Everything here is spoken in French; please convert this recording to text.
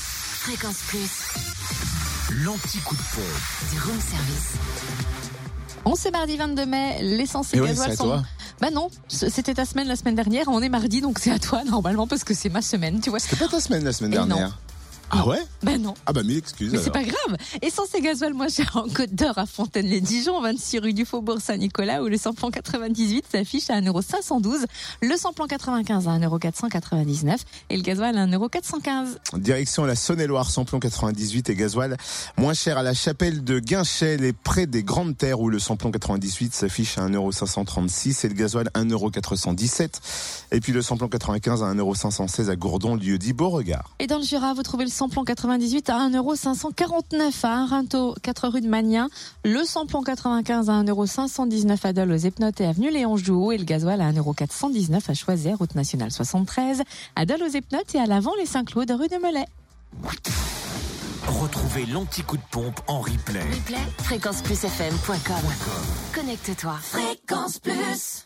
Fréquence Plus. L'anti-coup de pompe. Du room service. On sait mardi 22 mai, l'essence et, Eh oui, gasoil c'est à sont... toi. Bah non, c- c'était ta semaine la semaine dernière, on est mardi donc c'est à toi normalement parce que c'est ma semaine, tu vois. C'était pas ta semaine la semaine Et Eh, non. dernière Ah ouais Bah non. Ah bah mille excuses Mais c'est alors. pas grave. Essence et gasoil moins cher en Côte d'Or à Fontaine-les-Dijon, 26 rue du Faubourg Saint-Nicolas où le samplon 98 s'affiche à 1,512€, le samplon 95 à 1,499€ et le gasoil à 1,415€. Direction la Saône-et-Loire, samplon 98 et gasoil moins cher à la chapelle de Guinchel et près des Grandes Terres où le samplon 98 s'affiche à 1,536€ et le gasoil 1,417€. Et puis le samplon 95 à 1,516€ à Gourdon, lieu dit Beauregard. Et dans le Jura, vous trouvez le samplon 98 à 1,549€ à Arinto, 4 rue de Magnin, le samplon 95 à 1,519€ à Dole aux Epnotes et avenue Léon Jouot et le gasoil à 1,419€ à Choisey, route nationale 73, à Dole aux Epnotes et à l'avant les Saint-Claude, rue de Melay. Retrouvez l'anti-coup de pompe en replay. Replay, fréquenceplusfm.com. Connecte-toi. Fréquence Plus.